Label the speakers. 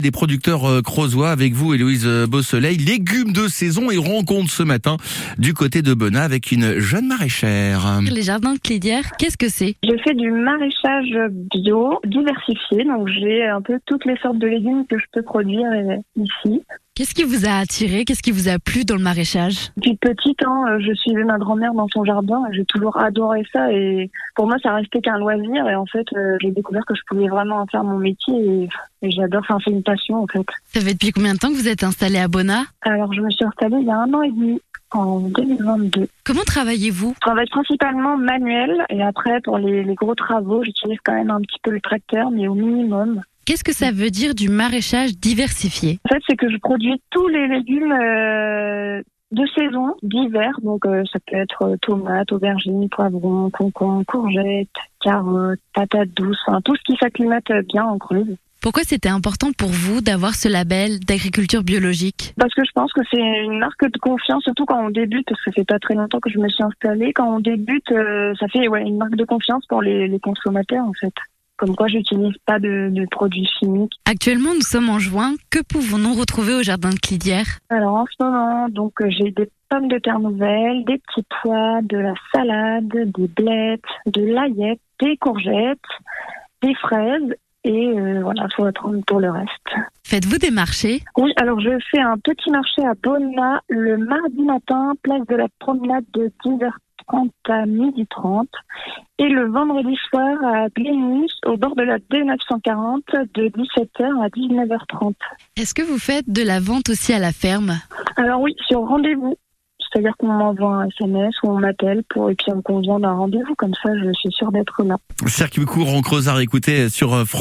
Speaker 1: Des producteurs euh, creusois avec vous, Héloïse euh, Beausoleil, légumes de saison et rencontre ce matin du côté de Benat avec une jeune maraîchère.
Speaker 2: Les jardins de Clédière, qu'est-ce que c'est
Speaker 3: Je fais du maraîchage bio diversifié, donc j'ai un peu toutes les sortes de légumes que je peux produire euh, ici.
Speaker 2: Qu'est-ce qui vous a attiré Qu'est-ce qui vous a plu dans le maraîchage
Speaker 3: Depuis petite, hein, euh, je suivais ma grand-mère dans son jardin et j'ai toujours adoré ça. Et pour moi, ça restait qu'un loisir. Et en fait, euh, j'ai découvert que je pouvais vraiment en faire mon métier et, et j'adore. Enfin, c'est une passion en fait.
Speaker 2: Ça fait depuis combien de temps que vous êtes installé à Bonnat
Speaker 3: Alors, je me suis installée il y a un an et demi. En 2022. Je
Speaker 2: Comment travaillez-vous
Speaker 3: travaille principalement manuel et après pour les, les gros travaux, j'utilise quand même un petit peu le tracteur, mais au minimum.
Speaker 2: Qu'est-ce que ça veut dire du maraîchage diversifié
Speaker 3: En fait, c'est que je produis tous les légumes euh, de saison, d'hiver. Donc, euh, ça peut être euh, tomates, aubergines, poivrons, concombres, courgettes, carottes, patates douces, enfin, tout ce qui s'acclimate euh, bien en creuse.
Speaker 2: Pourquoi c'était important pour vous d'avoir ce label d'agriculture biologique
Speaker 3: Parce que je pense que c'est une marque de confiance, surtout quand on débute, parce que ça fait pas très longtemps que je me suis installée. Quand on débute, euh, ça fait ouais, une marque de confiance pour les, les consommateurs, en fait. Comme quoi, j'utilise pas de, de produits chimiques.
Speaker 2: Actuellement, nous sommes en juin. Que pouvons-nous retrouver au jardin de Clédière
Speaker 3: Alors en ce moment, donc euh, j'ai des pommes de terre nouvelles, des petits pois, de la salade, des blettes, de l'aillette, des courgettes, des fraises et euh, voilà, faut attendre pour le reste.
Speaker 2: Faites-vous des marchés
Speaker 3: Oui, alors je fais un petit marché à Bonnat le mardi matin, place de la promenade de 10h30 à 12h30 et le vendredi soir à Glénis au bord de la D940 de 17h à 19h30.
Speaker 2: Est-ce que vous faites de la vente aussi à la ferme
Speaker 3: Alors oui, sur rendez-vous. C'est-à-dire qu'on m'envoie un SMS ou on m'appelle pour et puis on me convient d'un rendez-vous comme ça je suis sûre d'être là.
Speaker 1: Circuit court en creusard écoutez sur euh,